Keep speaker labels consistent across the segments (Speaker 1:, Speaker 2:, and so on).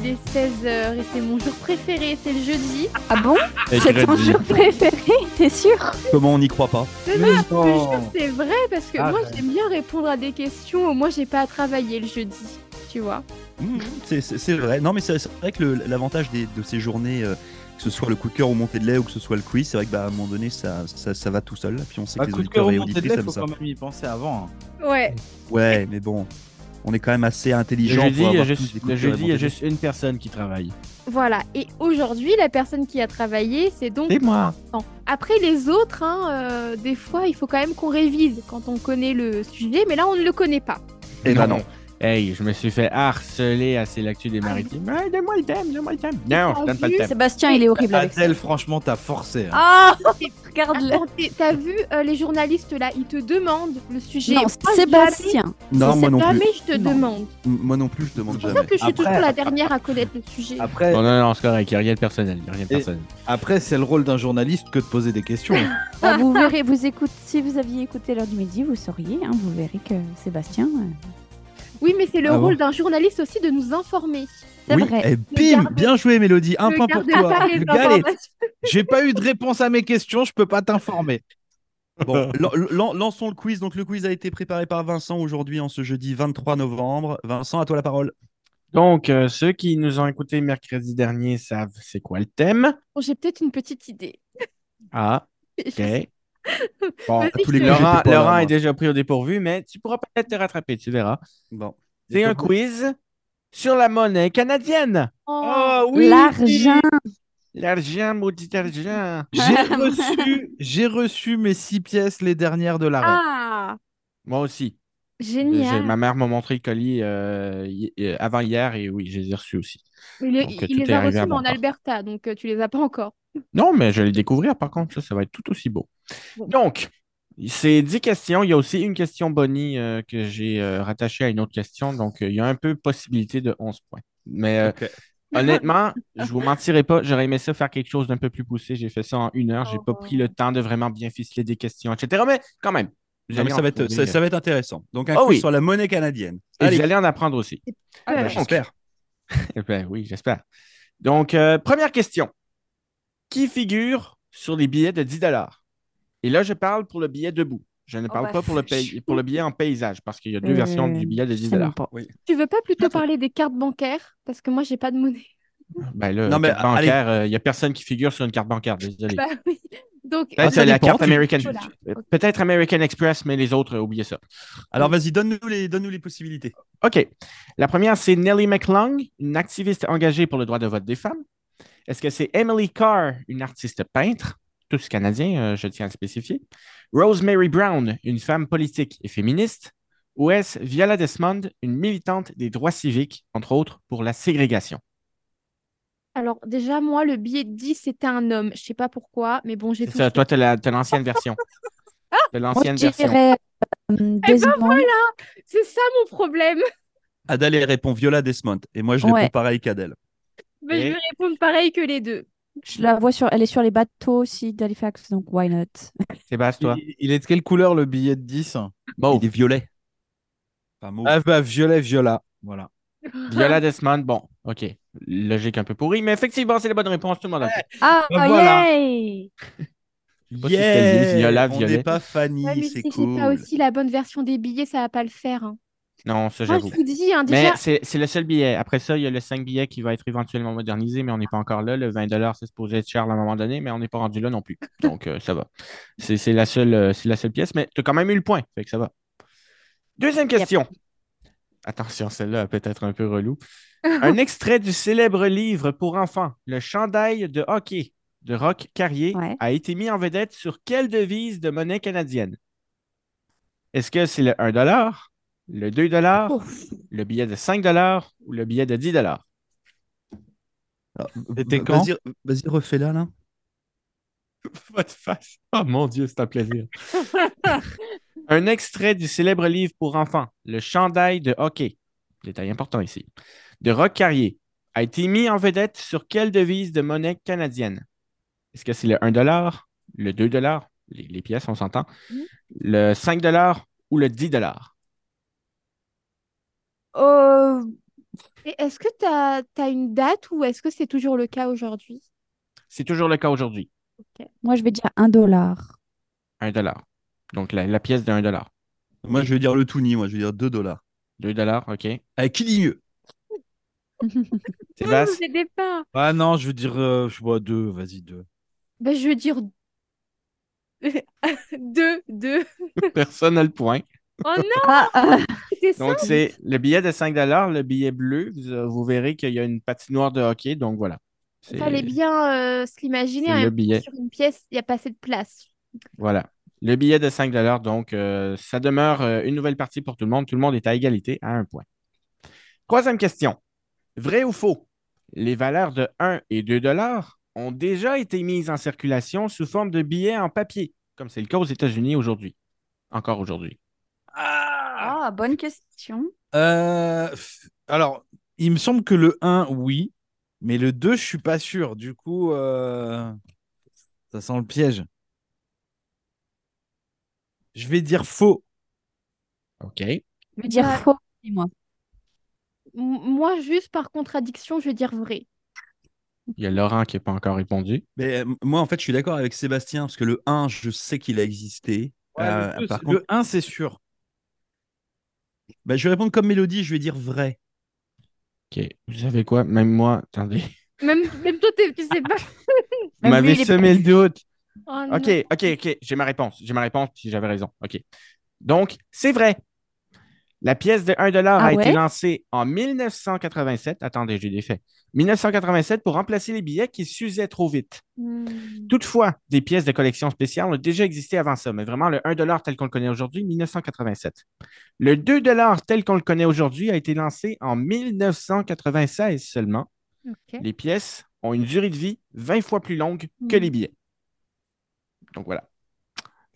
Speaker 1: 16h et c'est mon jour préféré, c'est le jeudi.
Speaker 2: Ah bon
Speaker 3: Et
Speaker 2: C'est
Speaker 3: Greg
Speaker 2: ton
Speaker 3: dit,
Speaker 2: jeu préféré, t'es sûr
Speaker 3: Comment on n'y croit pas
Speaker 1: Mais non, je te
Speaker 3: Oh.
Speaker 1: jure, c'est vrai parce que
Speaker 4: Ah,
Speaker 1: moi
Speaker 4: ouais.
Speaker 1: j'aime bien répondre à des questions. Moi j'ai pas à travailler le jeudi, tu vois.
Speaker 3: Mmh, c'est- C'est c'est vrai. Non, mais c'est c'est vrai que le- l'avantage des- de ces journées, euh, que ce soit le coup de cœur ou montée de lait ou que ce soit le quiz, c'est vrai que bah, à un moment donné, ça, ça, ça va tout seul. Puis on sait
Speaker 4: Ah,
Speaker 3: que les
Speaker 4: coup de cœur
Speaker 3: auditeurs et
Speaker 4: au Monté de
Speaker 3: auditrices
Speaker 4: lait,
Speaker 3: aiment
Speaker 4: faut
Speaker 3: ça.
Speaker 4: quand même y penser avant. hein.
Speaker 1: Ouais.
Speaker 3: Ouais, mais bon, on est quand même assez
Speaker 4: Le
Speaker 3: intelligent
Speaker 4: jeudi,
Speaker 3: pour
Speaker 4: il y a
Speaker 3: avoir tous
Speaker 4: juste-
Speaker 3: des coups
Speaker 4: le
Speaker 3: de cœur et
Speaker 4: jeudi, il y a
Speaker 3: montées de lait.
Speaker 4: juste une personne qui travaille.
Speaker 1: Voilà. Et aujourd'hui, la personne qui a travaillé, c'est donc.
Speaker 3: Et moi
Speaker 1: Vincent. Après les autres, hein, euh, des fois, il faut quand même qu'on révise quand on connaît le sujet, mais là on ne le connaît pas.
Speaker 3: Eh ben non.
Speaker 4: Hey, je me suis fait harceler à C'est l'actu des maritimes. Ah, donne-moi le thème, donne-moi le thème. Non, je donne pas le thème.
Speaker 2: Sébastien, il est horrible avec ça.
Speaker 4: Adèle, franchement, t'as forcé. hein.
Speaker 2: Ah Regarde-le.
Speaker 1: Attends, t'es- T'as vu euh, les journalistes là, ils te demandent le sujet.
Speaker 2: Non,
Speaker 1: Moi,
Speaker 2: Sébastien.
Speaker 3: Non,
Speaker 1: jamais-
Speaker 3: moi non plus.
Speaker 1: Jamais je te
Speaker 2: Non.
Speaker 1: demande.
Speaker 3: M- Moi non plus, je demande
Speaker 1: C'est pour ça
Speaker 3: jamais.
Speaker 1: que je suis
Speaker 4: Après-
Speaker 1: toujours la dernière à connaître le sujet.
Speaker 4: Oh,
Speaker 5: Après,
Speaker 4: non, non, c'est correct, il y a rien de personnel, il y a rien de Et- personnel.
Speaker 5: après c'est le rôle d'un journaliste que de poser des questions.
Speaker 2: Ah, vous verrez, vous écoutez, si vous aviez écouté l'heure du midi, vous sauriez, hein, vous verrez que Sébastien. euh,
Speaker 1: Oui, mais c'est le
Speaker 4: Ah bon
Speaker 1: rôle d'un journaliste aussi de nous informer.
Speaker 2: C'est
Speaker 3: oui,
Speaker 2: vrai.
Speaker 3: et bim
Speaker 1: garde-
Speaker 3: Bien joué, Mélodie. Un
Speaker 1: Ne
Speaker 3: point pour
Speaker 1: gardez
Speaker 3: toi.
Speaker 1: pas les
Speaker 4: Le galet.
Speaker 1: informations.
Speaker 4: J'ai pas eu de réponse à mes questions, je peux pas t'informer.
Speaker 3: Bon, lan- lan- lançons le quiz. Donc, le quiz a été préparé par Vincent aujourd'hui, en ce jeudi 23 novembre. Vincent, à toi la parole.
Speaker 4: Donc, euh, ceux qui nous ont écoutés mercredi dernier savent c'est quoi le thème.
Speaker 1: Bon, J'ai peut-être une petite idée.
Speaker 4: Ah, ok. Bon,
Speaker 1: Vas-y,
Speaker 3: tous les
Speaker 1: je-
Speaker 3: coups,
Speaker 4: Laurent,
Speaker 3: j'étais pas là,
Speaker 4: Laurent
Speaker 3: moi.
Speaker 4: est déjà pris au dépourvu, mais tu pourras peut-être te rattraper, tu verras.
Speaker 3: Bon.
Speaker 4: C'est un quiz sur la monnaie canadienne.
Speaker 5: Ah
Speaker 1: Oh.
Speaker 2: L'argent.
Speaker 4: L'argent, maudit argent.
Speaker 5: J'ai reçu, j'ai reçu mes six pièces les dernières de l'arrêt.
Speaker 1: Ah,
Speaker 4: Moi aussi. J'ai-
Speaker 1: génial.
Speaker 4: Ma mère m'a montré le colis euh, hi- euh, avant hier et oui, je les ai reçus aussi.
Speaker 1: Il,
Speaker 4: Donc,
Speaker 1: il
Speaker 4: tout
Speaker 1: les
Speaker 4: est
Speaker 1: a
Speaker 4: arrivé
Speaker 1: reçus
Speaker 4: à
Speaker 1: mais
Speaker 4: bon
Speaker 1: en
Speaker 4: port.
Speaker 1: Alberta, donc euh, tu les as pas encore.
Speaker 4: Non, mais je vais le découvrir par contre, ça, ça va être tout aussi beau.
Speaker 1: Bon.
Speaker 4: Donc, c'est 10 questions. Il y a aussi une question Bonnie euh, que j'ai euh, rattachée à une autre question. Donc, euh, il y a un peu possibilité de 11 points. Mais euh,
Speaker 3: Ok.
Speaker 4: honnêtement, je vous mentirai pas, j'aurais aimé ça faire quelque chose d'un peu plus poussé. J'ai fait ça en une heure. J'ai pas pris le temps de vraiment bien ficeler des questions, etc. Mais quand même, vous
Speaker 3: Non, mais
Speaker 4: allez
Speaker 3: ça,
Speaker 4: en
Speaker 3: va être, ça,
Speaker 4: trouver,
Speaker 3: ça va être intéressant. Donc, un
Speaker 4: Oh
Speaker 3: quiz
Speaker 4: oui.
Speaker 3: sur la monnaie canadienne.
Speaker 4: euh, et vous
Speaker 3: Allez,
Speaker 4: allez en apprendre aussi.
Speaker 3: Ah, bah,
Speaker 1: Ouais.
Speaker 3: j'espère.
Speaker 4: Eh ben oui, j'espère. Donc, euh, première question. Qui figure sur les billets de 10 dollars? Et là, je parle pour le billet debout. Je ne
Speaker 2: Oh,
Speaker 4: parle
Speaker 2: bah,
Speaker 4: pas pour le,
Speaker 2: fâche.
Speaker 4: pay- pour le billet en paysage, parce qu'il y a deux
Speaker 2: Euh,
Speaker 4: versions du billet de
Speaker 2: je
Speaker 4: 10
Speaker 2: sais même
Speaker 4: dollars.
Speaker 2: pas.
Speaker 1: Tu veux pas plutôt parler des cartes bancaires Parce que moi, j'ai pas de monnaie.
Speaker 4: Ben là,
Speaker 3: Non, mais,
Speaker 4: carte
Speaker 3: allez.
Speaker 4: bancaire, euh, il n'y a personne qui figure sur une carte bancaire, désolé.
Speaker 1: Bah oui. Donc,
Speaker 3: Ah,
Speaker 4: Peut-être
Speaker 3: ça
Speaker 4: euh, la
Speaker 3: dépend,
Speaker 4: carte
Speaker 3: tu-
Speaker 4: American,
Speaker 1: Voilà.
Speaker 4: euh, peut-être American Express, mais les autres, euh, oubliez ça.
Speaker 3: Alors, vas-y, donne-nous les, donne les possibilités.
Speaker 4: OK. La première, c'est Nellie McLung, une activiste engagée pour le droit de vote des femmes. Est-ce que c'est Emily Carr, une artiste peintre, tous canadiens, euh, je tiens à le spécifier. Rosemary Brown, une femme politique et féministe. Ou est-ce Viola Desmond, une militante des droits civiques, entre autres pour la ségrégation?
Speaker 1: alors déjà, moi, le billet de 10, c'était un homme. Je sais pas pourquoi, mais bon, j'ai
Speaker 4: C'est
Speaker 1: tout.
Speaker 4: ça, toi, t'as la- t'as l'ancienne version. T'as
Speaker 2: Moi,
Speaker 4: l'ancienne
Speaker 2: je
Speaker 4: version.
Speaker 2: dirais euh, Desmond.
Speaker 1: C'est ça mon problème.
Speaker 3: Adèle elle répond Viola Desmond. Et moi, je réponds
Speaker 2: Ouais.
Speaker 3: pareil qu'Adèle.
Speaker 1: Mais
Speaker 4: Et-
Speaker 1: je vais répondre pareil que les deux.
Speaker 2: Je la vois sur, elle est sur les bateaux aussi d'Halifax, donc why not?
Speaker 4: Sébastien, toi.
Speaker 5: Il, il est de quelle couleur le billet de 10
Speaker 4: Bon,
Speaker 3: Il est violet. Enfin, mauve.
Speaker 5: Ah bah violet, viola. Voilà.
Speaker 4: Viola Desmond, bon, OK. Logique un peu pourrie, mais effectivement, c'est la bonne réponse, tout le monde a le fait.
Speaker 2: Ah,
Speaker 5: Ben voilà.
Speaker 2: yay!
Speaker 4: Je sais pas si c'était
Speaker 3: Yeah
Speaker 4: Viola,
Speaker 3: On
Speaker 4: Violet.
Speaker 3: n'est pas Fanny,
Speaker 1: Ouais, mais
Speaker 3: c'est
Speaker 1: si
Speaker 3: cool.
Speaker 1: j'ai pas aussi la bonne version des billets, ça va pas le faire. hein.
Speaker 4: Non, ça,
Speaker 1: Moi,
Speaker 4: Ah, j'avoue.
Speaker 1: je vous dis, hein,
Speaker 4: Mais
Speaker 1: déjà,
Speaker 4: c'est c'est le seul billet. Après ça, il y a le 5 billets qui va être éventuellement modernisé, mais on n'est pas encore là. Le 20 c'est supposé être cher à un moment donné, mais on n'est pas rendu là non plus. Donc, euh, ça va. C'est c'est la, seule, euh, c'est la seule pièce, mais tu as quand même eu le point. Fait que ça va. Deuxième question. Attention, celle-là peut être un peu relou. Un extrait du célèbre livre pour enfants, Le chandail de hockey de Roch Carrier,
Speaker 2: Ouais.
Speaker 4: a été mis en vedette sur quelle devise de monnaie canadienne? Est-ce que c'est le 1 le 2
Speaker 2: Ouf.
Speaker 4: le billet de 5 dollars ou le billet de 10 dollars?
Speaker 3: Ah,
Speaker 5: C'était
Speaker 3: v-
Speaker 5: quand
Speaker 3: Vas-y, vas-y, refais-la, là.
Speaker 4: Votre face. Oh mon Dieu, c'est un plaisir. un extrait du célèbre livre pour enfants, Le chandail de hockey, détail important ici, de Roch Carrier, a été mis en vedette sur quelle devise de monnaie canadienne? Est-ce que c'est le 1 dollar, le 2 dollars, les, les pièces, on s'entend, le 5 dollars ou le 10 dollars?
Speaker 2: Euh,
Speaker 1: Et est-ce que tu as, une date ou est-ce que c'est toujours le cas aujourd'hui
Speaker 4: C'est toujours le cas aujourd'hui.
Speaker 2: Moi, je vais dire un dollar.
Speaker 4: Un dollar. Donc la, la pièce de 1 dollar.
Speaker 3: Moi, je vais dire le Toonie, moi, je vais dire 2 dollars.
Speaker 4: 2 dollars, OK.
Speaker 3: Ah, qui dit mieux
Speaker 1: Ah,
Speaker 4: Bah,
Speaker 5: Sébastien
Speaker 1: vous aidez pas
Speaker 5: Ah non, je veux dire, euh, je vois deux, vas-y, deux.
Speaker 1: Bah, Je veux dire... deux, deux.
Speaker 4: Personne n'a le point.
Speaker 1: Oh non,
Speaker 2: Ah, euh,
Speaker 1: c'était ça
Speaker 4: Donc c'est le billet de 5 le billet bleu. Vous, euh, vous verrez qu'il y a une patinoire de hockey. Donc voilà. C'est-
Speaker 1: Fallait bien euh, se l'imaginer.
Speaker 4: c'est
Speaker 1: hein,
Speaker 4: le billet.
Speaker 1: Sur une pièce, il n'y a pas assez de place.
Speaker 4: Voilà. Le billet de 5 donc euh, ça demeure euh, une nouvelle partie pour tout le monde. Tout le monde est à égalité à un point. Troisième question. Vrai ou faux? Les valeurs de 1 et 2 dollars ont déjà été mises en circulation sous forme de billets en papier, comme c'est le cas aux États-Unis aujourd'hui. Encore aujourd'hui.
Speaker 5: Ah
Speaker 2: ah, bonne question.
Speaker 5: Euh, f- alors, il me semble que le 1, oui, mais le 2, je suis pas sûr. Du coup, euh, ça sent le piège. Je vais dire faux.
Speaker 4: OK.
Speaker 2: Je vais dire
Speaker 1: Ouais.
Speaker 2: faux, dis-moi.
Speaker 1: M- moi, juste par contradiction, je veux dire vrai.
Speaker 4: Il y a Laurent qui n'a pas encore répondu.
Speaker 3: Mais euh, moi, en fait, je suis d'accord avec Sébastien, parce que le 1, je sais qu'il a existé. Euh,
Speaker 5: le,
Speaker 3: par contre,
Speaker 5: 1, c'est sûr.
Speaker 3: bah, je vais répondre comme Mélodie, je vais dire vrai.
Speaker 4: OK. Vous savez quoi? Même moi, attendez.
Speaker 1: Même, même toi, t'es- tu sais pas.
Speaker 4: Vous
Speaker 2: Même lui,
Speaker 4: m'avez
Speaker 2: Ah, il est
Speaker 4: semé le doute.
Speaker 1: Oh non.
Speaker 4: OK, OK, OK. J'ai ma réponse. J'ai ma réponse, puis j'avais raison. OK. Donc, c'est vrai. La pièce de 1
Speaker 2: Ah
Speaker 4: a été
Speaker 2: ouais?
Speaker 4: lancée en 1987. Attendez, j'ai des faits. 1987 pour remplacer les billets qui s'usaient trop vite.
Speaker 1: Hmm.
Speaker 4: Toutefois, des pièces de collection spéciales ont déjà existé avant ça, mais vraiment le 1 tel qu'on le connaît aujourd'hui, 1987. Le 2 tel qu'on le connaît aujourd'hui a été lancé en 1996 seulement.
Speaker 1: Ok.
Speaker 4: Les pièces ont une durée de vie 20 fois plus longue que
Speaker 1: Mm.
Speaker 4: les billets. Donc voilà.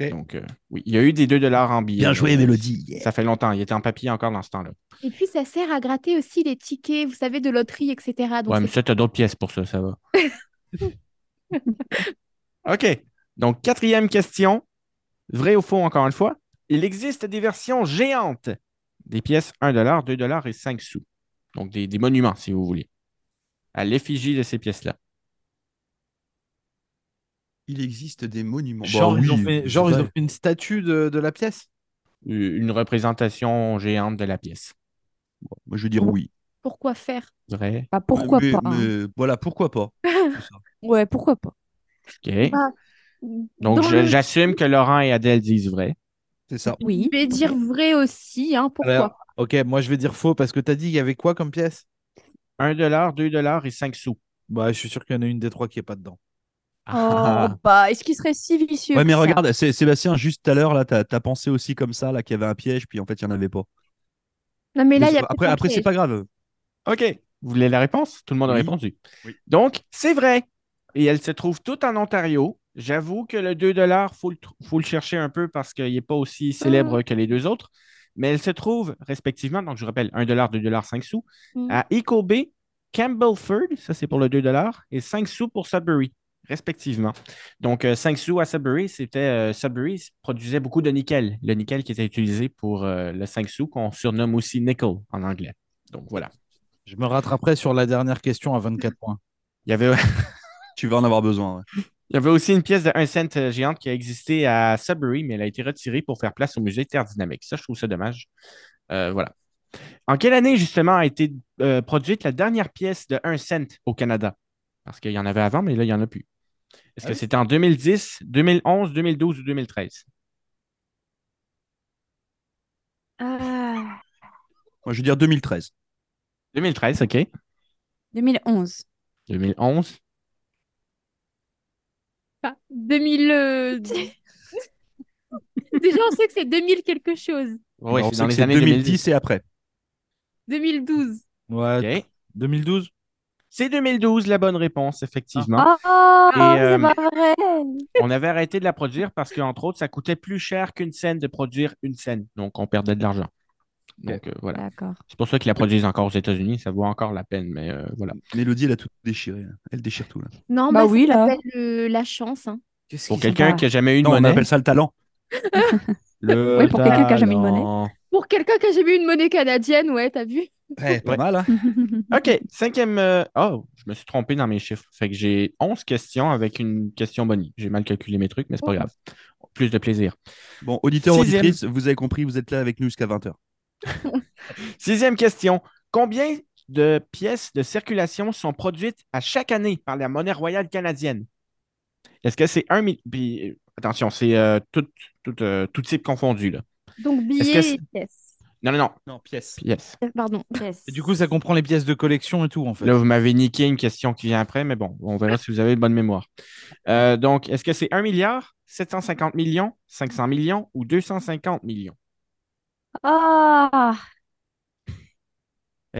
Speaker 3: Ok.
Speaker 4: Donc euh, oui, il y a eu des 2 en billets.
Speaker 3: Bien joué,
Speaker 4: Euh,
Speaker 3: Mélodie. yeah.
Speaker 4: Ça fait longtemps, il était en papier encore dans ce temps-là.
Speaker 1: Et puis, ça sert à gratter aussi les tickets, vous savez, de loterie, etc. Donc,
Speaker 4: ouais, mais
Speaker 1: c'est-
Speaker 4: ça, t'as d'autres pièces pour ça, ça va. OK. Donc, quatrième question. Vrai ou faux, encore une fois? Il existe des versions géantes des pièces 1 2 et 5 sous. Donc, des, des monuments, si vous voulez, à l'effigie de ces pièces-là.
Speaker 3: Il existe des monuments.
Speaker 5: Genre,
Speaker 3: Bah
Speaker 5: ils, ont
Speaker 3: oui,
Speaker 5: fait, genre, ils
Speaker 3: vrai.
Speaker 5: ont fait une statue de, de la pièce.
Speaker 4: Une représentation géante de la pièce.
Speaker 3: Moi, je vais dire oui.
Speaker 1: pourquoi faire
Speaker 4: Vrai.
Speaker 2: Bah, pourquoi
Speaker 3: Ah, Mais-
Speaker 2: pas hein.
Speaker 3: mais Voilà, pourquoi pas C'est ça.
Speaker 2: Ouais, pourquoi pas.
Speaker 4: OK.
Speaker 1: Bah, Dans
Speaker 4: Donc, je-
Speaker 1: le-
Speaker 4: j'assume que Laurent et Adèle disent vrai.
Speaker 3: C'est ça.
Speaker 2: Oui.
Speaker 1: Je vais dire vrai aussi, hein, pourquoi
Speaker 5: Alors, Ok, moi je vais dire faux parce que t'as dit il y avait quoi comme pièce
Speaker 4: 1 2 et 5 sous.
Speaker 5: Bah, je suis sûr qu'il y en a une des trois qui est pas dedans.
Speaker 2: Oh, bah, est-ce qu'il serait si vicieux
Speaker 3: Ouais, mais
Speaker 2: que ça
Speaker 3: regarde, Sé- Sébastien, juste tout à l'heure, là, t'as as pensé aussi comme ça, là, qu'il y avait un piège, puis en fait, il n'y en avait pas.
Speaker 1: Non, mais là,
Speaker 3: Mais
Speaker 1: il y a
Speaker 3: c'est-
Speaker 1: peut-être
Speaker 3: après,
Speaker 1: un
Speaker 3: après c'est
Speaker 1: piège.
Speaker 3: pas grave.
Speaker 4: OK. Vous voulez la réponse? Tout le monde a
Speaker 3: Oui.
Speaker 4: répondu.
Speaker 3: Oui.
Speaker 4: Donc, c'est vrai. Et elle se trouve toute en Ontario. J'avoue que le 2 il faut, le tr- faut le chercher un peu parce qu'il n'est pas aussi célèbre que les deux autres. Mais elle se trouve respectivement, donc je rappelle, 1 2 5 sous,
Speaker 1: Mm.
Speaker 4: à Eco Bay, Campbellford, ça c'est pour le 2 et 5 sous pour Sudbury, respectivement. Donc, euh, 5 sous à Sudbury, c'était euh, Sudbury produisait beaucoup de nickel. Le nickel qui était utilisé pour euh, le 5 sous, qu'on surnomme aussi nickel en anglais. Donc, voilà.
Speaker 5: Je me rattraperai sur la dernière question à 24 points.
Speaker 4: Il y avait,
Speaker 3: Tu vas en avoir besoin. ouais.
Speaker 4: il y avait aussi une pièce de 1 cent euh, géante qui a existé à Sudbury, mais elle a été retirée pour faire place au musée Terre Dynamique. Ça, je trouve ça dommage. Euh, voilà. En quelle année, justement, a été euh, produite la dernière pièce de 1 cent au Canada? Parce qu'il y en avait avant, mais là, il n'y en a plus. Est-ce que c'était en 2010, 2011, 2012 ou 2013?
Speaker 2: Ah,
Speaker 3: Moi, je veux dire 2013.
Speaker 4: 2013, OK.
Speaker 2: 2011.
Speaker 4: 2011.
Speaker 1: Enfin, 2000. euh, Déjà, on sait que c'est 2000 quelque chose.
Speaker 4: Oui,
Speaker 3: Alors, on
Speaker 4: c'est
Speaker 3: sait
Speaker 4: dans
Speaker 3: que
Speaker 4: les années 2010.
Speaker 3: et après.
Speaker 1: 2012.
Speaker 5: Ouais,
Speaker 4: OK.
Speaker 5: 2012
Speaker 4: C'est 2012 la bonne réponse, effectivement.
Speaker 2: Oh,
Speaker 4: euh,
Speaker 2: c'est pas vrai.
Speaker 4: On avait arrêté de la produire parce qu'entre autres, ça coûtait plus cher qu'une scène de produire une scène. Donc, on perdait de l'argent. Donc, euh, voilà.
Speaker 2: D'accord.
Speaker 4: C'est pour ça qu'ils la produisent encore aux États-Unis. Ça vaut encore la peine, mais euh, voilà.
Speaker 3: Mélodie, elle a tout déchiré. là. Elle déchire tout. Là.
Speaker 1: Non,
Speaker 2: Bah
Speaker 1: ça
Speaker 2: oui, là.
Speaker 1: s'appelle, euh, la chance. hein.
Speaker 4: Pour quelqu'un qui n'a jamais eu de
Speaker 3: Non, on
Speaker 4: monnaie.
Speaker 3: appelle ça le talent.
Speaker 4: Le
Speaker 2: Oui, pour quelqu'un qui a jamais eu de monnaie.
Speaker 4: talent.
Speaker 1: Pour quelqu'un qui a jamais eu une monnaie canadienne, ouais, t'as vu
Speaker 5: Eh, pas
Speaker 4: Ouais.
Speaker 5: mal, hein
Speaker 4: OK, cinquième. euh, Oh, je me suis trompé dans mes chiffres. Fait que j'ai 11 questions avec une question bonnie. J'ai mal calculé mes trucs, mais c'est
Speaker 2: Oh.
Speaker 4: pas grave. Plus de plaisir.
Speaker 3: Bon, auditeurs,
Speaker 4: Sixième.
Speaker 3: auditrices, vous avez compris, vous êtes là avec nous jusqu'à 20h.
Speaker 4: Sixième question. Combien de pièces de circulation sont produites à chaque année par la monnaie royale canadienne? Est-ce que c'est un million? attention, c'est euh, tout, tout, euh, tout type confondu, là.
Speaker 1: Donc
Speaker 4: Est-ce que
Speaker 1: billets
Speaker 4: c'est-
Speaker 1: et pièces.
Speaker 4: Non, non, non.
Speaker 5: Non, pièce.
Speaker 4: Yes.
Speaker 1: Euh, Pardon.
Speaker 5: Et du coup, ça comprend les pièces de collection et tout, en fait.
Speaker 4: Là, vous m'avez niqué une question qui vient après, mais bon, on verra si vous avez une bonne mémoire. Euh, donc, est-ce que c'est 1 milliard, 750 millions, 500 millions ou 250 millions?
Speaker 2: Ah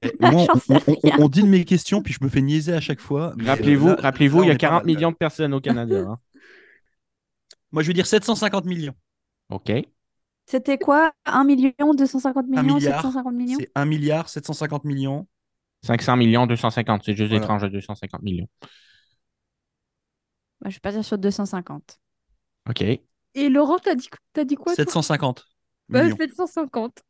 Speaker 3: Eh, moi,
Speaker 2: J'en sais
Speaker 3: on, on-
Speaker 2: rien.
Speaker 3: on- on dit de mes questions, puis je me fais niaiser à chaque fois. mais, euh,
Speaker 4: Rappelez-vous,
Speaker 3: là-
Speaker 4: rappelez-vous,
Speaker 3: là,
Speaker 4: il y
Speaker 3: on
Speaker 4: a
Speaker 3: est pas
Speaker 4: 40
Speaker 3: mal.
Speaker 4: millions de personnes au Canada. hein.
Speaker 3: Moi, je veux dire 750 millions.
Speaker 4: OK.
Speaker 2: C'était quoi 1 million, 250 millions,
Speaker 3: milliard.
Speaker 2: 750 millions
Speaker 3: C'est 1 milliard 750 millions.
Speaker 4: 500 millions, 250. C'est juste
Speaker 3: Voilà.
Speaker 4: étrange à 250
Speaker 2: Moi,
Speaker 4: millions.
Speaker 2: Bah, Je vais partir sur 250.
Speaker 4: OK.
Speaker 1: Et Laurent, t'as dit, t'as dit quoi toi
Speaker 3: 750
Speaker 1: Bah,
Speaker 3: millions.
Speaker 1: 750.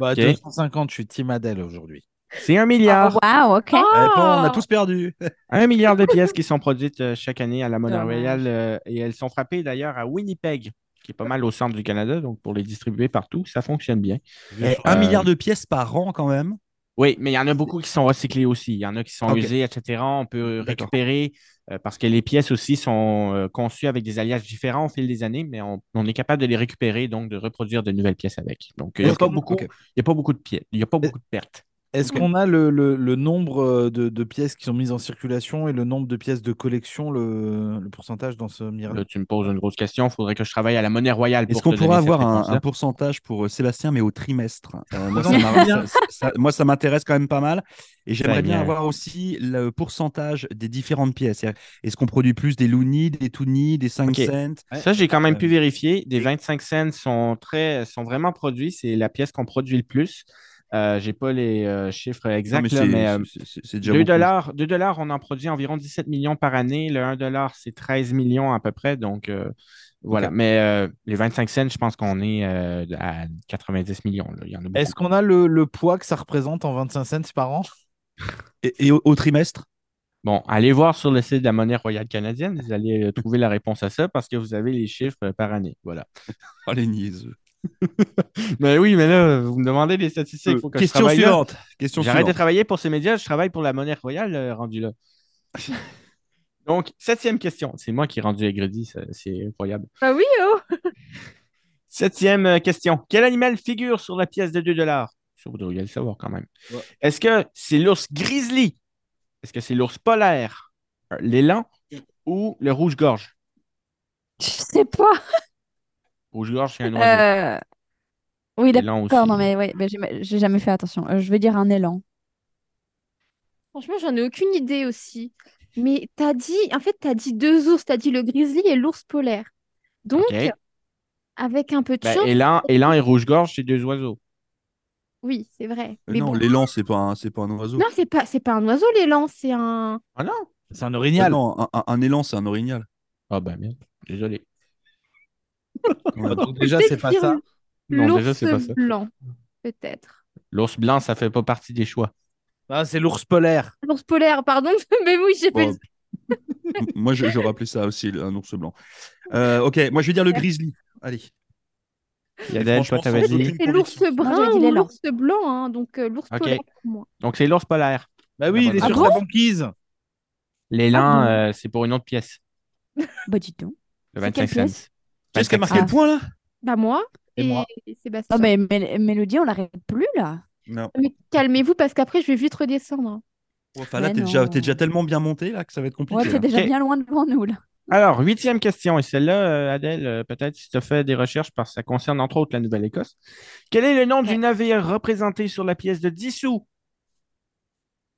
Speaker 5: Bah,
Speaker 4: Ok.
Speaker 5: 250, je suis Tim Adèle aujourd'hui.
Speaker 4: C'est un
Speaker 2: Ah,
Speaker 4: milliard.
Speaker 2: Waouh, ok.
Speaker 1: Oh
Speaker 3: Eh, bon, on a tous perdu.
Speaker 4: Un milliard de pièces qui sont produites euh, chaque année à la Monnaie
Speaker 2: Dommage.
Speaker 4: Royale euh, et elles sont frappées d'ailleurs à Winnipeg, qui est pas mal au centre du Canada. Donc, pour les distribuer partout, ça fonctionne bien.
Speaker 3: Eh, 1 milliard de pièces par an, quand même.
Speaker 4: Oui, mais il y en a beaucoup qui sont recyclés aussi. Il y en a qui sont
Speaker 3: Ok.
Speaker 4: usés, etc. On peut
Speaker 3: D'accord.
Speaker 4: récupérer euh, parce que les pièces aussi sont euh, conçues avec des alliages différents au fil des années, mais on, on est capable de les récupérer, donc de reproduire de nouvelles pièces avec. Donc, il n'y a,
Speaker 5: Est-ce
Speaker 4: pas
Speaker 5: que-
Speaker 4: beaucoup-
Speaker 3: ok.
Speaker 4: il y a pas beaucoup de pièces. Il n'y a pas beaucoup de pertes.
Speaker 5: Est-ce qu'on a le, le- le nombre euh, de, de pièces qui sont mises en circulation et le nombre de pièces de collection, le, le pourcentage dans ce
Speaker 4: Là,
Speaker 5: miroir
Speaker 4: tu me poses une grosse question. Il faudrait que je travaille à la monnaie royale
Speaker 3: Euh, Est-ce
Speaker 4: pour
Speaker 3: qu'on
Speaker 4: te donner
Speaker 3: pourra
Speaker 4: cette
Speaker 3: avoir un, un
Speaker 4: réponse-là.
Speaker 3: pourcentage pour euh, Sébastien, mais au trimestre Euh, moi,
Speaker 5: J'en
Speaker 3: ça
Speaker 5: sais
Speaker 3: m'arrange-
Speaker 5: rien.
Speaker 3: ça- ça- Moi, ça m'intéresse quand même pas mal. Et j'aimerais
Speaker 4: Très
Speaker 3: bien
Speaker 4: bien.
Speaker 3: avoir aussi le pourcentage des différentes pièces. C'est-à-dire, Est-ce qu'on produit plus des loonies, des toonies, des 5
Speaker 4: Ok.
Speaker 3: cents
Speaker 5: Ouais.
Speaker 4: Ça, j'ai quand même pu
Speaker 5: Euh,
Speaker 4: vérifier. Des 25 cents sont, très, sont vraiment produits. C'est la pièce qu'on produit le plus. Euh, j'ai pas les euh, chiffres
Speaker 3: Non,
Speaker 4: exacts,
Speaker 3: mais
Speaker 4: là,
Speaker 3: c'est-
Speaker 4: mais, euh,
Speaker 3: c'est- c'est- c'est déjà
Speaker 4: 2
Speaker 3: beaucoup.
Speaker 4: dollars, 2 dollars, on en produit environ 17 millions par année. Le 1 dollar, c'est 13 millions à peu près. Donc, euh, voilà. Mais euh, les 25 cents, je pense qu'on est euh, à 90 millions. là. Il y en a beaucoup.
Speaker 5: Est-ce qu'on a le, le poids que ça représente en 25 cents par an
Speaker 3: Et, et au, au trimestre
Speaker 4: Bon, allez voir sur le site de la Monnaie Royale Canadienne. Vous allez euh, trouver la réponse à ça parce que vous avez les chiffres euh, par année. Voilà.
Speaker 3: Oh, les niaiseux.
Speaker 4: Mais oui, mais là, vous me demandez des statistiques. Faut que je
Speaker 3: Euh, Question
Speaker 4: travaille là.
Speaker 3: suivante. Question
Speaker 4: J'arrête de
Speaker 3: suivante.
Speaker 4: travailler pour ces médias, je travaille pour la monnaie royale euh, rendu là. Donc, septième question. C'est moi qui ai rendu Agredi, ça- c'est incroyable.
Speaker 1: Bah oui, oh
Speaker 4: Septième euh, question. Quel animal figure sur la pièce de 2 dollars? Ça, vous devriez le savoir quand même.
Speaker 5: Ouais.
Speaker 4: Est-ce que c'est l'ours grizzly? Est-ce que c'est l'ours polaire, euh, l'élan ou le rouge-gorge?
Speaker 2: Je sais pas.
Speaker 4: Rouge-gorge, c'est un oiseau.
Speaker 2: Euh... Oui, d'accord.
Speaker 4: L'élan aussi. Ben,
Speaker 2: Non, mais ouais, mais j'ai- j'ai jamais fait attention. Euh, je vais dire un élan.
Speaker 1: Franchement, j'en ai aucune idée aussi. Mais t'as dit, en fait, t'as dit deux ours. T'as dit le grizzly et l'ours polaire. Donc,
Speaker 4: Ok.
Speaker 1: avec un peu de
Speaker 4: Ben,
Speaker 1: chance,
Speaker 4: élan, élan et rouge-gorge, c'est deux oiseaux.
Speaker 1: oui, c'est vrai.
Speaker 5: Euh,
Speaker 1: Mais
Speaker 3: Non,
Speaker 1: bon.
Speaker 3: l'élan, c'est pas, un- c'est pas un oiseau.
Speaker 1: Non, c'est pas, c'est pas un oiseau, l'élan, c'est un.
Speaker 4: Ah non?
Speaker 5: C'est un
Speaker 3: Ah
Speaker 5: orignal.
Speaker 3: non, un, un- un élan, c'est un orignal.
Speaker 4: Ah ben merde, désolé.
Speaker 5: Bah, donc déjà,
Speaker 1: Peut-être
Speaker 5: c'est pas
Speaker 1: dire
Speaker 5: ça.
Speaker 4: Non,
Speaker 1: L'ours
Speaker 4: déjà, c'est pas ça.
Speaker 1: blanc, peut-être.
Speaker 4: L'ours blanc, ça fait pas partie des choix.
Speaker 5: Ah, c'est l'ours polaire.
Speaker 1: L'ours polaire, pardon, mais oui, j'ai fait.
Speaker 3: Bon. M- Oh. moi, je- j'aurais appelé ça aussi le- un ours blanc. Euh, ok, moi, je vais dire le grizzly. Allez.
Speaker 4: Yadel, toi,
Speaker 3: franchement,
Speaker 4: t'avais
Speaker 3: sans
Speaker 4: dit.
Speaker 3: aucune
Speaker 1: C'est l'ours
Speaker 3: conviction.
Speaker 2: Moi,
Speaker 1: brun
Speaker 2: j'avais dit
Speaker 1: ou
Speaker 2: l'élan.
Speaker 1: l'ours blanc, hein, donc euh, l'ours
Speaker 4: Ok.
Speaker 1: polaire pour moi.
Speaker 4: Donc, c'est l'ours polaire.
Speaker 5: Bah oui, il est
Speaker 4: Ah
Speaker 5: sur
Speaker 2: bon
Speaker 5: sa banquise.
Speaker 4: L'élan,
Speaker 2: Ah bon
Speaker 4: euh, c'est pour une autre pièce.
Speaker 2: Bah, dis donc.
Speaker 4: Le
Speaker 2: C'est quelle
Speaker 4: 25 cents.
Speaker 2: pièce
Speaker 3: Qui est-ce qui a
Speaker 4: 25
Speaker 3: marqué le
Speaker 2: Ah.
Speaker 3: point, là
Speaker 1: Bah moi
Speaker 5: Et moi.
Speaker 1: Sébastien.
Speaker 2: Oh, mais Mél- Mélodie, on l'arrête plus là.
Speaker 3: Non.
Speaker 1: Mais calmez-vous parce qu'après je vais vite redescendre. hein.
Speaker 3: Oh, Enfin, là,
Speaker 2: Mais
Speaker 3: t'es déjà,
Speaker 2: non.
Speaker 3: t'es déjà tellement bien monté, là, que ça va être
Speaker 2: Ouais,
Speaker 3: compliqué.
Speaker 2: t'es
Speaker 3: là.
Speaker 2: déjà
Speaker 4: Ok.
Speaker 2: bien loin devant nous là.
Speaker 4: Alors, huitième question, et celle-là, euh, Adèle, euh, peut-être si tu as fait des recherches, parce que ça concerne entre autres la Nouvelle-Écosse. Quel est le nom du
Speaker 1: Ouais.
Speaker 4: navire représenté sur la pièce de 10 sous?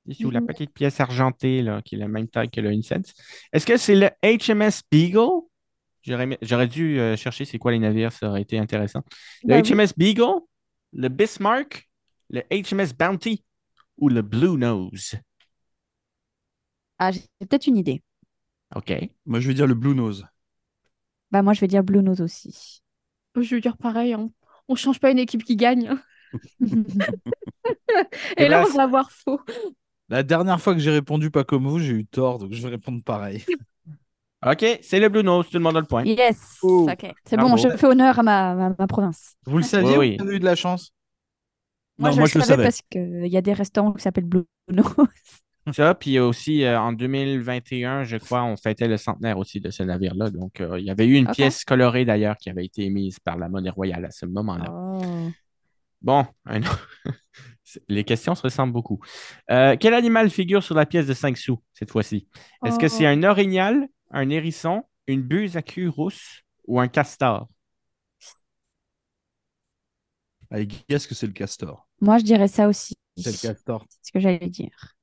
Speaker 4: 10 sous, la
Speaker 1: Mhm.
Speaker 4: petite pièce argentée, là, qui est la même taille que le 1 cent. Est-ce que c'est le HMS Beagle? J'aurais aimé- J'aurais dû euh, chercher c'est quoi les navires, ça aurait été intéressant. Le
Speaker 1: Bah oui.
Speaker 4: HMS Beagle, le Bismarck, le HMS Bounty ou le Blue Nose?
Speaker 2: Ah, j'ai peut-être une idée.
Speaker 4: OK.
Speaker 3: Moi, je vais dire le blue nose.
Speaker 2: Bah, moi, je vais dire Blue Nose aussi.
Speaker 1: Je veux dire pareil, hein. on change pas une équipe qui gagne. hein. Et là,
Speaker 5: là,
Speaker 1: on va avoir faux.
Speaker 5: La dernière fois que j'ai répondu pas comme vous, j'ai eu tort, donc je vais répondre pareil.
Speaker 4: Ok, c'est le Blue Nose, tout le monde a le point.
Speaker 2: Yes.
Speaker 5: Oh.
Speaker 2: Ok. C'est
Speaker 4: Bravo.
Speaker 2: bon, je fais honneur à ma, ma, ma province.
Speaker 5: Vous le saviez
Speaker 4: Oui,
Speaker 5: ou
Speaker 4: oui.
Speaker 5: vous avez eu de la chance
Speaker 3: Non, moi, je le savais.
Speaker 2: parce qu'il y a des restaurants qui s'appellent Blue Nose.
Speaker 4: Ça, puis aussi euh, en 2021, je crois, on fêtait le centenaire aussi de ce navire-là. Donc, euh, il y avait eu une
Speaker 2: Ok.
Speaker 4: pièce colorée d'ailleurs qui avait été émise par la monnaie royale à ce moment-là.
Speaker 1: Ah.
Speaker 2: Ah.
Speaker 4: Bon, un autre- les questions se ressemblent beaucoup. Euh, quel animal figure sur la pièce de 5 sous cette fois-ci? Est-ce que
Speaker 1: Oh.
Speaker 4: c'est un orignal, un hérisson, une buse à cul rousse ou un castor?
Speaker 3: Allez, qu'est-ce que c'est le castor
Speaker 2: Moi, je dirais ça aussi.
Speaker 5: C'est le
Speaker 2: C'est
Speaker 5: castor.
Speaker 2: ce que j'allais dire.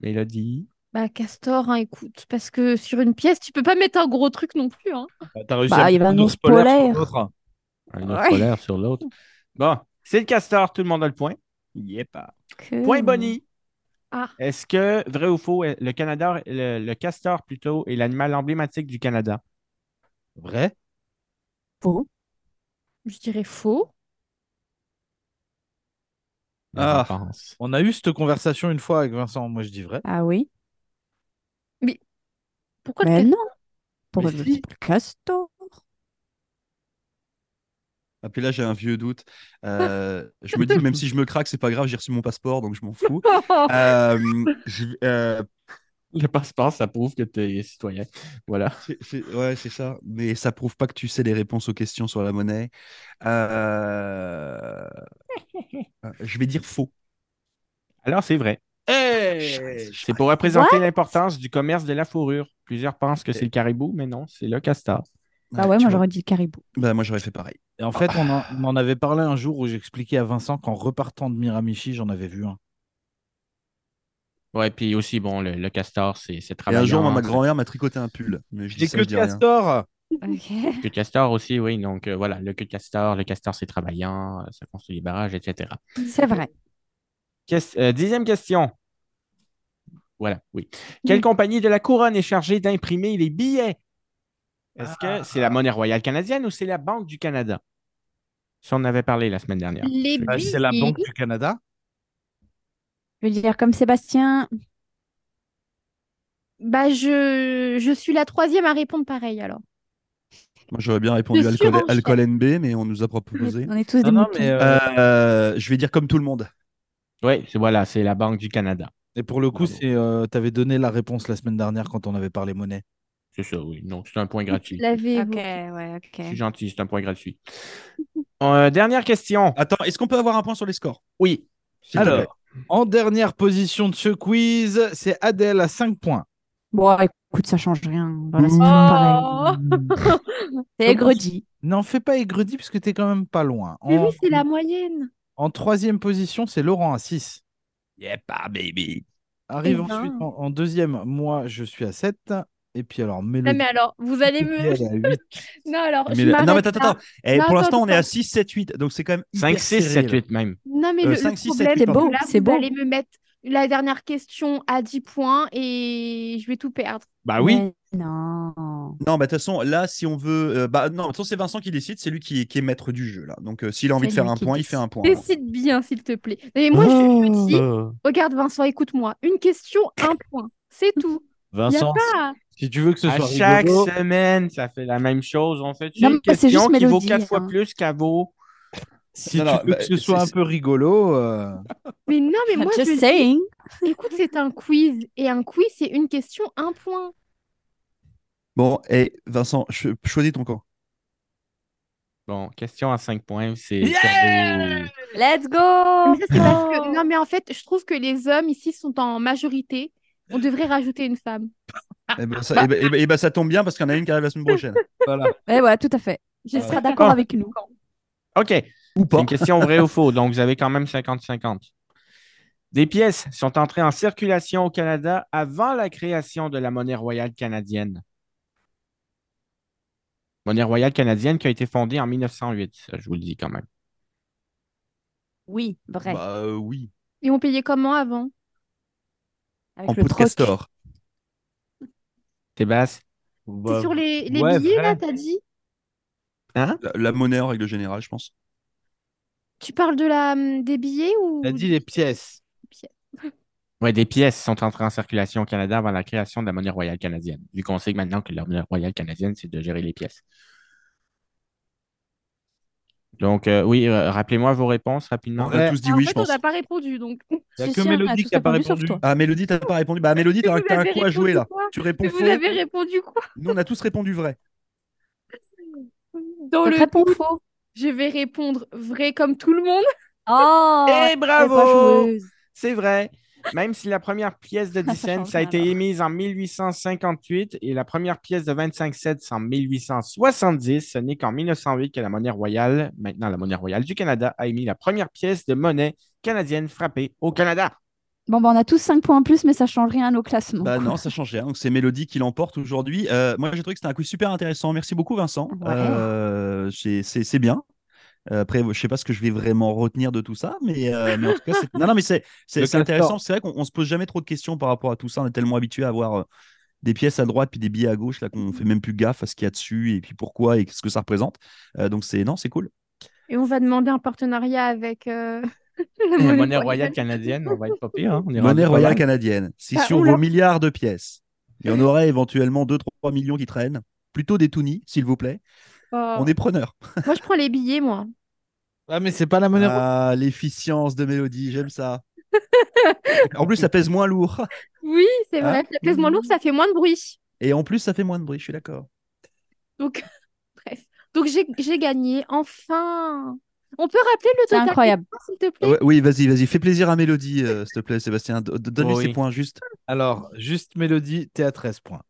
Speaker 4: Mélodie.
Speaker 1: Bah, Castor, hein, écoute, parce que sur une pièce, tu peux pas mettre un gros truc non plus, hein.
Speaker 5: Bah, T'as réussi
Speaker 2: Bah,
Speaker 5: à
Speaker 2: il y avait
Speaker 5: mettre
Speaker 2: un ours
Speaker 5: sur
Speaker 2: polaire.
Speaker 5: l'autre.
Speaker 4: Un autre
Speaker 2: Ouais.
Speaker 4: polaire sur l'autre. Bon, c'est le castor, tout le monde a le point. Mmh.
Speaker 5: Yep.
Speaker 2: Que-
Speaker 4: Point Bonnie.
Speaker 1: Ah.
Speaker 4: Est-ce que, vrai ou faux, le, Canada, le, le castor plutôt est l'animal emblématique du Canada?
Speaker 5: Vrai
Speaker 2: Faux.
Speaker 1: Je dirais faux.
Speaker 4: La
Speaker 5: Ah.
Speaker 4: réponse.
Speaker 5: On a eu cette conversation une fois avec Vincent, moi je dis vrai.
Speaker 2: Ah oui.
Speaker 1: Pourquoi le
Speaker 2: Mais
Speaker 1: cas-
Speaker 2: non. Pour
Speaker 5: Mais
Speaker 2: le
Speaker 5: si.
Speaker 2: le castor.
Speaker 3: Ah, puis là, j'ai un vieux doute. Euh, je me dis, même si je me craque, c'est pas grave, j'ai reçu mon passeport, donc je m'en fous. Euh, je- euh,
Speaker 4: Le passeport, ça prouve que tu es citoyen. Voilà.
Speaker 3: c'est- c'est- ouais, c'est ça. Mais ça prouve pas que tu sais les réponses aux questions sur la monnaie. Euh, euh, Je vais dire faux.
Speaker 4: Alors, c'est vrai.
Speaker 5: Hey
Speaker 4: C'est pour représenter l'importance du commerce de la fourrure. Plusieurs pensent que c'est le caribou, mais non, c'est le castor.
Speaker 1: Ah
Speaker 2: Bah ouais,
Speaker 3: tu
Speaker 2: moi
Speaker 3: vois.
Speaker 2: j'aurais dit le caribou.
Speaker 3: Bah, moi, j'aurais fait pareil.
Speaker 5: Et en fait, on en, on en avait parlé un jour où j'expliquais à Vincent qu'en repartant de Miramichi, j'en avais vu un.
Speaker 4: Ouais, puis aussi, bon, le, le castor, c'est
Speaker 3: Et
Speaker 5: Ah
Speaker 4: c'est
Speaker 3: un
Speaker 4: travaillant.
Speaker 3: jour, moi, ma grand-mère m'a tricoté un pull. Mais je dis
Speaker 5: bah J'ai
Speaker 3: ça,
Speaker 5: que
Speaker 3: je dis rien.
Speaker 5: castor
Speaker 4: Le queue de castor aussi, oui. Donc, euh, voilà, le queue de castor, le castor, c'est travaillant, euh, ça construit des barrages, etc.
Speaker 2: C'est vrai.
Speaker 4: Ques- euh, dixième question. Voilà, oui. Quelle compagnie de la couronne est chargée d'imprimer les billets? Est-ce que c'est la monnaie royale canadienne ou c'est la Banque du Canada? Ça, on en avait parlé la semaine dernière.
Speaker 1: Les
Speaker 5: Bah, C'est la
Speaker 1: billets.
Speaker 5: Banque du Canada.
Speaker 2: Je veux dire, comme Sébastien,
Speaker 1: Bah, je... je suis la troisième à répondre pareil, alors.
Speaker 3: Moi, j'aurais bien répondu
Speaker 1: Le
Speaker 3: alcool,
Speaker 1: surenchère.
Speaker 3: alcool NB, mais on nous a pas proposé.
Speaker 2: on est tous des
Speaker 5: Non, non,
Speaker 2: moutons.
Speaker 5: mais, euh,
Speaker 3: Euh, je vais dire comme tout le monde.
Speaker 4: Oui, c'est- voilà, c'est la Banque du Canada.
Speaker 5: Et pour le coup,
Speaker 4: Bravo.
Speaker 5: c'est euh, t'avais donné la réponse la semaine dernière quand on avait parlé monnaie.
Speaker 4: C'est ça, oui. Non, c'est un point gratuit.
Speaker 1: L'avez
Speaker 2: Ok, ouais,
Speaker 4: Je
Speaker 2: ok.
Speaker 4: suis gentil, c'est un point gratuit. Euh, dernière question.
Speaker 3: Attends, est-ce qu'on peut avoir un point sur les scores
Speaker 4: Oui. s'il vous plaît.
Speaker 5: Alors, en dernière position de ce quiz, c'est Adèle à 5 points.
Speaker 2: Bon, écoute, ça change rien. Voilà, c'est toujours pareil.
Speaker 3: Oh.
Speaker 2: C'est
Speaker 5: Comment
Speaker 2: Grody.
Speaker 5: N'en fais pas aigredi parce que t'es quand même pas loin. En,
Speaker 1: Mais oui, c'est la moyenne.
Speaker 5: en troisième position, c'est Laurent à 6.
Speaker 3: Yeah, baby.
Speaker 5: Arrive
Speaker 1: Eh ben.
Speaker 5: ensuite en, en deuxième, moi je suis à 7. Et puis alors,
Speaker 1: Non,
Speaker 5: Mélodie,
Speaker 1: mais alors, vous allez me.
Speaker 5: elle est à 8.
Speaker 1: Non, alors, je
Speaker 3: Mais le- Non, mais
Speaker 1: m'arrête
Speaker 3: attends,
Speaker 1: là.
Speaker 3: attends. Eh,
Speaker 1: Non,
Speaker 3: pour
Speaker 1: attends,
Speaker 3: l'instant, on est
Speaker 1: attends.
Speaker 3: à 6, 7, 8. Donc, c'est quand même.
Speaker 4: 5,
Speaker 3: hyper
Speaker 4: 6, 7,
Speaker 3: serré, là.
Speaker 4: 8 même.
Speaker 1: Non, mais
Speaker 3: Euh,
Speaker 1: le, le
Speaker 3: cinq, six, sept,
Speaker 1: problème,
Speaker 3: huit,
Speaker 1: que
Speaker 2: pardon.
Speaker 1: là,
Speaker 2: C'est
Speaker 1: vous
Speaker 2: beau.
Speaker 1: allez me mettre la dernière question à 10 points et je vais tout perdre.
Speaker 3: Ah
Speaker 5: Bah oui,
Speaker 2: Mais non.
Speaker 3: Non, bah, de toute façon, là, si on veut. euh, bah, non, de toute façon, c'est Vincent qui décide. C'est lui qui, qui est maître du jeu, là. Donc, euh, s'il a envie
Speaker 2: C'est
Speaker 3: de faire
Speaker 2: lui
Speaker 3: un
Speaker 2: qui
Speaker 3: point, il
Speaker 2: décide.
Speaker 3: fait un point.
Speaker 1: Décide bien, s'il te plaît. Et moi, je-
Speaker 4: Oh.
Speaker 1: je, me
Speaker 4: Euh.
Speaker 1: dis, regarde Vincent, écoute-moi, une question, un point. C'est tout. Y a
Speaker 5: Vincent,
Speaker 1: pas.
Speaker 5: si tu veux que ce
Speaker 4: À
Speaker 5: soit
Speaker 4: chaque
Speaker 5: rigolo,
Speaker 4: semaine, ça fait la même chose. On fait
Speaker 2: Non,
Speaker 4: une
Speaker 2: mais c'est
Speaker 4: question
Speaker 2: juste
Speaker 4: qui vaut
Speaker 2: Mélodie,
Speaker 4: 4 fois
Speaker 2: hein.
Speaker 4: plus qu'à vaut.
Speaker 5: si
Speaker 3: Non,
Speaker 5: tu
Speaker 3: non,
Speaker 5: veux
Speaker 3: bah,
Speaker 5: que ce soit
Speaker 3: c'est-
Speaker 5: un peu rigolo, euh,
Speaker 1: Mais non, mais moi,
Speaker 2: Just
Speaker 1: je dis,
Speaker 2: saying.
Speaker 1: écoute, c'est un quiz. Et un quiz, c'est une question, un point.
Speaker 3: Bon, et Vincent, cho- choisis ton camp.
Speaker 4: Bon, question à 5 points, c'est
Speaker 5: Yeah
Speaker 4: perdu.
Speaker 2: Let's go.
Speaker 1: Mais ça, c'est parce que... Non, mais en fait, je trouve que les hommes ici sont en majorité. On devrait rajouter une femme.
Speaker 3: Et bah, ça, eh ben- eh ben- eh ben, ça tombe bien parce qu'il y en a une qui arrive la semaine prochaine.
Speaker 5: voilà.
Speaker 2: Eh ouais, tout à fait. Je
Speaker 5: Ouais.
Speaker 2: serai d'accord
Speaker 4: Ah.
Speaker 2: avec nous.
Speaker 4: OK,
Speaker 3: Ou
Speaker 4: c'est
Speaker 3: pas.
Speaker 4: une question vraie ou faux, donc vous avez quand même 50-50. Des pièces sont entrées en circulation au Canada avant la création de la monnaie royale canadienne. Monnaie royale canadienne qui a été fondée en 1908, ça, je vous le dis quand même.
Speaker 2: Oui, vrai.
Speaker 3: Bah, euh, oui.
Speaker 1: Et on payait comment avant?
Speaker 2: Avec
Speaker 3: En hein.
Speaker 2: le
Speaker 3: pot de
Speaker 2: troc.
Speaker 3: castor.
Speaker 4: Sébastien,
Speaker 1: C'est
Speaker 5: Bah,
Speaker 1: sur les, les
Speaker 5: ouais,
Speaker 1: billets, là,
Speaker 5: vrai.
Speaker 1: t'as dit?
Speaker 3: La, la monnaie en règle générale, je pense.
Speaker 1: Tu parles de la hum, des billets ou
Speaker 5: T'as dit les pièces.
Speaker 4: Ouais, des pièces sont entrées en circulation au Canada avant la création de la monnaie royale canadienne, vu qu'on sait que maintenant que la monnaie royale canadienne, c'est de gérer les pièces. Donc, euh, oui, euh, rappelez-moi vos réponses rapidement.
Speaker 3: On a
Speaker 5: Ouais.
Speaker 3: tous dit
Speaker 1: Ah,
Speaker 3: oui,
Speaker 1: en
Speaker 3: je
Speaker 1: fait, on
Speaker 3: pense.
Speaker 1: n'a pas répondu donc.
Speaker 5: Il n'y a
Speaker 2: Si,
Speaker 5: que
Speaker 2: si, on a
Speaker 5: Mélodie
Speaker 2: tous
Speaker 5: qui n'a pas
Speaker 2: répondu, sauf
Speaker 5: répondu.
Speaker 2: toi.
Speaker 3: Ah, Mélodie, t'as pas répondu. Bah, Mélodie, t'as
Speaker 1: Mais vous
Speaker 3: t'as un
Speaker 1: avez
Speaker 3: coup à
Speaker 1: répondu
Speaker 3: jouer là.
Speaker 1: quoi
Speaker 3: Tu
Speaker 1: Mais
Speaker 3: réponds
Speaker 1: vous
Speaker 3: faux.
Speaker 1: avez répondu quoi
Speaker 3: Nous, on a tous répondu vrai.
Speaker 1: Dans
Speaker 2: Donc,
Speaker 1: le
Speaker 2: réponds
Speaker 1: doute,
Speaker 2: faux.
Speaker 1: je vais répondre vrai comme tout le monde.
Speaker 2: Oh,
Speaker 4: Eh,
Speaker 2: t'es
Speaker 4: bravo!
Speaker 2: pas joueuse.
Speaker 4: C'est vrai. Même si la première pièce de 10
Speaker 2: Ça
Speaker 4: cents
Speaker 2: change
Speaker 4: a
Speaker 2: rien,
Speaker 4: été
Speaker 2: alors.
Speaker 4: émise en 1858 et la première pièce de 25 cents en 1870, ce n'est qu'en 1908 que la monnaie royale, maintenant la monnaie royale du Canada, a émis la première pièce de monnaie canadienne frappée au Canada.
Speaker 2: Bon, bah, on a tous 5 points en plus, mais ça change rien à nos classements.
Speaker 3: Bah non, ça change rien. Donc c'est Mélodie qui l'emporte aujourd'hui. Euh, moi, j'ai trouvé que c'était un quiz super intéressant. Merci beaucoup, Vincent.
Speaker 2: Ouais.
Speaker 3: Euh, j'ai- c'est c'est bien. Euh, Après, je sais pas ce que je vais vraiment retenir de tout ça, mais, euh, mais en tout cas, c'est- non, non, mais c'est c'est-
Speaker 5: Le
Speaker 3: c'est
Speaker 5: castor.
Speaker 3: intéressant. C'est vrai qu'on on se pose jamais trop de questions par rapport à tout ça. On est tellement habitué à avoir euh, des pièces à droite puis des billets à gauche là qu'on fait même plus gaffe à ce qu'il y a dessus et puis pourquoi et ce que ça représente. Euh, donc c'est non, c'est cool.
Speaker 1: Et on va demander un partenariat avec euh, la
Speaker 4: La
Speaker 1: monnaie
Speaker 4: monnaie royale
Speaker 1: royale.
Speaker 4: canadienne, on va être pas pire. hein, on est rendu
Speaker 3: Monnaie
Speaker 4: pas
Speaker 3: royale
Speaker 4: mal.
Speaker 3: canadienne. Si
Speaker 1: Ah,
Speaker 3: sur
Speaker 1: oula.
Speaker 3: vos milliards de pièces, il y en aurait éventuellement 2-3 millions qui traînent, plutôt des Tounis, s'il vous plaît.
Speaker 1: Oh.
Speaker 3: On est preneur.
Speaker 1: Moi, je prends les billets, moi.
Speaker 5: Ah, mais c'est pas la monnaie royale.
Speaker 3: Ah, l'efficience de Mélodie, j'aime ça. en plus, ça pèse moins lourd.
Speaker 1: Oui, c'est
Speaker 3: Ah.
Speaker 1: vrai. Ça pèse moins lourd, ça fait moins de bruit.
Speaker 3: Et en plus, ça fait moins de bruit, je suis d'accord.
Speaker 1: Donc, bref. Donc, j'ai j'ai gagné. Enfin. On peut rappeler le
Speaker 2: C'est
Speaker 1: total,
Speaker 2: incroyable.
Speaker 1: s'il te plaît?
Speaker 3: Ah Ouais, oui, vas-y, vas-y, fais plaisir à Mélodie, euh, s'il te plaît, Sébastien. Do- do- Donne-lui
Speaker 4: Oh
Speaker 3: ses
Speaker 4: oui.
Speaker 3: points juste.
Speaker 5: Alors, juste Mélodie, t'es à 13 points.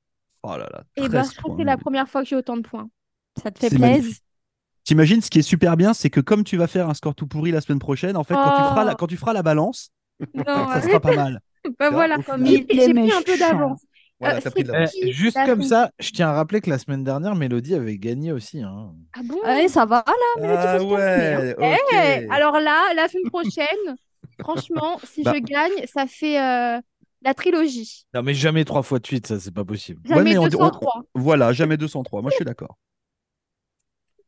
Speaker 3: Oh là là.
Speaker 1: Eh
Speaker 3: 13
Speaker 1: ben, je crois que c'est
Speaker 3: points,
Speaker 1: la
Speaker 3: Mélodie.
Speaker 1: première fois que j'ai autant de points.
Speaker 2: Ça te fait
Speaker 3: C'est
Speaker 2: plaisir.
Speaker 3: magnifique. T'imagines, ce qui est super bien, c'est que comme tu vas faire un score tout pourri la semaine prochaine, en fait, quand, tu,
Speaker 1: Oh.
Speaker 3: feras la, quand tu feras la balance,
Speaker 1: Non,
Speaker 3: ça
Speaker 1: arrête.
Speaker 3: sera pas mal.
Speaker 1: Bah
Speaker 3: Là,
Speaker 1: voilà.
Speaker 3: au final-
Speaker 2: Il
Speaker 1: J'ai j'ai
Speaker 2: est
Speaker 1: pris un peu
Speaker 2: méchant.
Speaker 1: d'avance.
Speaker 3: Voilà,
Speaker 1: Euh,
Speaker 3: t'as pris de
Speaker 1: c'est-
Speaker 3: la-
Speaker 1: Qui
Speaker 5: Eh, juste
Speaker 1: l'a
Speaker 5: comme
Speaker 1: fait
Speaker 5: ça, je tiens à rappeler que la semaine dernière, Mélodie avait gagné aussi. hein.
Speaker 1: Ah bon?
Speaker 2: Ouais, ça va là, Mélodie,
Speaker 3: Ah
Speaker 2: faut se calmer, hein.
Speaker 3: ouais,
Speaker 1: Eh,
Speaker 3: ok.
Speaker 1: alors là, la semaine prochaine, franchement, si
Speaker 3: Bah.
Speaker 1: je gagne, ça fait euh, la trilogie.
Speaker 5: Non, mais jamais trois fois de suite, ça, c'est pas possible.
Speaker 3: Ouais,
Speaker 1: Jamais
Speaker 3: mais on- on-
Speaker 1: 203.
Speaker 3: Voilà, jamais 203. Moi, je suis d'accord.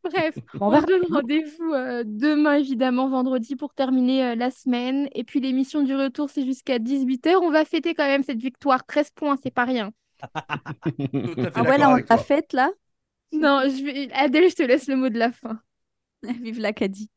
Speaker 1: Bref,
Speaker 2: Bon,
Speaker 1: on
Speaker 2: on va-
Speaker 1: se donne rendez-vous euh, demain, évidemment, vendredi, pour terminer euh, la semaine. Et puis l'émission du retour, c'est jusqu'à 18h. On va fêter quand même cette victoire. 13 points, c'est pas rien.
Speaker 2: Ah ouais, là, on l'a faite là.
Speaker 1: Non, je vais... Adèle, je te laisse le mot de la fin.
Speaker 2: Vive l'Acadie.